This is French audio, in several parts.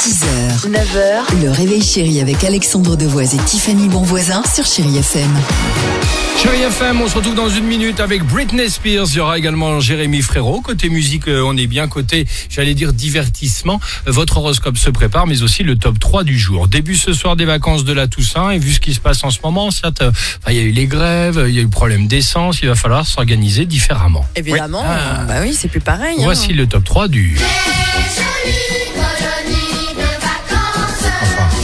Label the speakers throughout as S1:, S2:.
S1: 6h, 9h, le réveil chéri avec Alexandre Devoise et Tiffany Bonvoisin sur Chéri FM.
S2: Chérie FM, on se retrouve dans une minute avec Britney Spears. Il y aura également Jérémy Frérot. Côté musique, euh, on est bien. Côté, j'allais dire, divertissement, euh, votre horoscope se prépare, mais aussi le top 3 du jour. Début ce soir des vacances de la Toussaint. Et vu ce qui se passe en ce moment, ça te- enfin, il y a eu les grèves, euh, il y a eu le problème d'essence. Il va falloir s'organiser différemment.
S3: Évidemment,
S2: Oui. Ah.
S3: bah oui, c'est plus pareil. hein.
S2: Voici le top 3 du...
S4: Jolie colonie de vacances,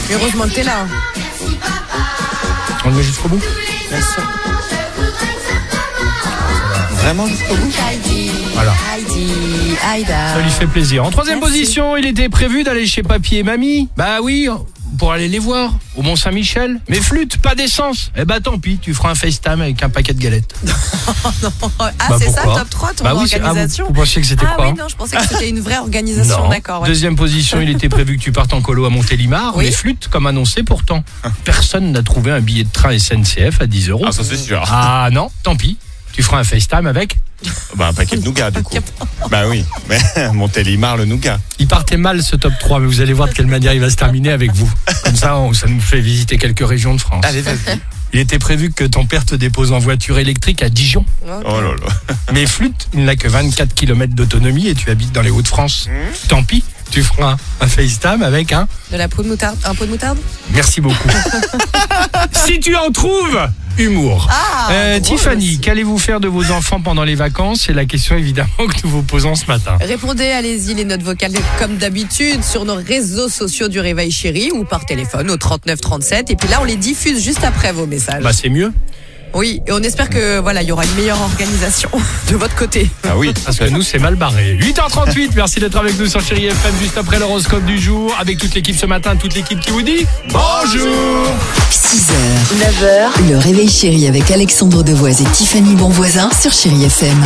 S3: Mais heureusement que t'es là.
S4: merci papa.
S2: On le met jusqu'au bout
S4: Tous les ans, je voudrais que ça commence.
S5: Vraiment jusqu'au bout
S3: Heidi,
S2: Voilà.
S3: Heidi, Aïda.
S2: Ça lui fait plaisir. En troisième
S3: Merci.
S2: position, il était prévu d'aller chez papy et mamie. Bah oui, pour aller les voir au Mont Saint-Michel. Mais flûte, pas d'essence. Eh bah tant pis, tu feras un FaceTime avec un paquet de galettes.
S3: Ah,
S2: Bah,
S3: c'est ça le
S2: pourquoi
S3: top 3, ton
S2: Bah oui, c'est- ah, vous-
S3: organisation
S2: vous pensiez que c'était
S3: Ah
S2: quoi,
S3: oui,
S2: hein
S3: non, je pensais que c'était une vraie organisation,
S2: Non.
S3: d'accord. ouais.
S2: Deuxième position, il était prévu que tu partes en colo à Montélimar.
S3: Oui.
S2: Mais flûte, comme annoncé pourtant. Personne n'a trouvé un billet de train SNCF à 10 euros.
S5: Ah, ça c'est sûr.
S2: Ah non, tant pis. Tu feras un FaceTime avec.
S5: Bah, un paquet de nougat, du coup. bah oui, mais Montélimar, le nougat.
S2: Il partait mal ce top 3, mais vous allez voir de quelle manière il va se terminer avec vous. Comme ça, on- ça nous fait visiter quelques régions de France.
S5: Allez, vas-y.
S2: Il était prévu que ton père te dépose en voiture électrique à Dijon.
S5: Oh là là.
S2: Mais flûte, il n'a que 24 km d'autonomie et tu habites dans les Hauts-de-France.
S3: Mmh.
S2: Tant pis, tu feras un, un FaceTime avec un
S3: De la peau de moutarde, un pot de moutarde
S2: merci beaucoup. si tu en trouves, humour.
S3: Ah
S2: Euh,
S3: drôle
S2: Tiffany,
S3: aussi.
S2: qu'allez-vous faire de vos enfants pendant les vacances C'est la question évidemment que nous vous posons ce matin.
S3: Répondez, allez-y, les notes vocales comme d'habitude sur nos réseaux sociaux du Réveil Chéri ou par téléphone au 39 37. Et puis là, on les diffuse juste après vos messages.
S2: Bah c'est mieux,
S3: Oui, et on espère que voilà, il y aura une meilleure organisation de votre côté.
S5: Ah oui,
S2: parce que nous c'est mal barré. 8h38, merci d'être avec nous sur Chéri FM juste après l'horoscope du jour, avec toute l'équipe ce matin, toute l'équipe qui vous dit bonjour
S1: 6h, 9h, le réveil chéri avec Alexandre Devoise et Tiffany Bonvoisin sur Chéri FM.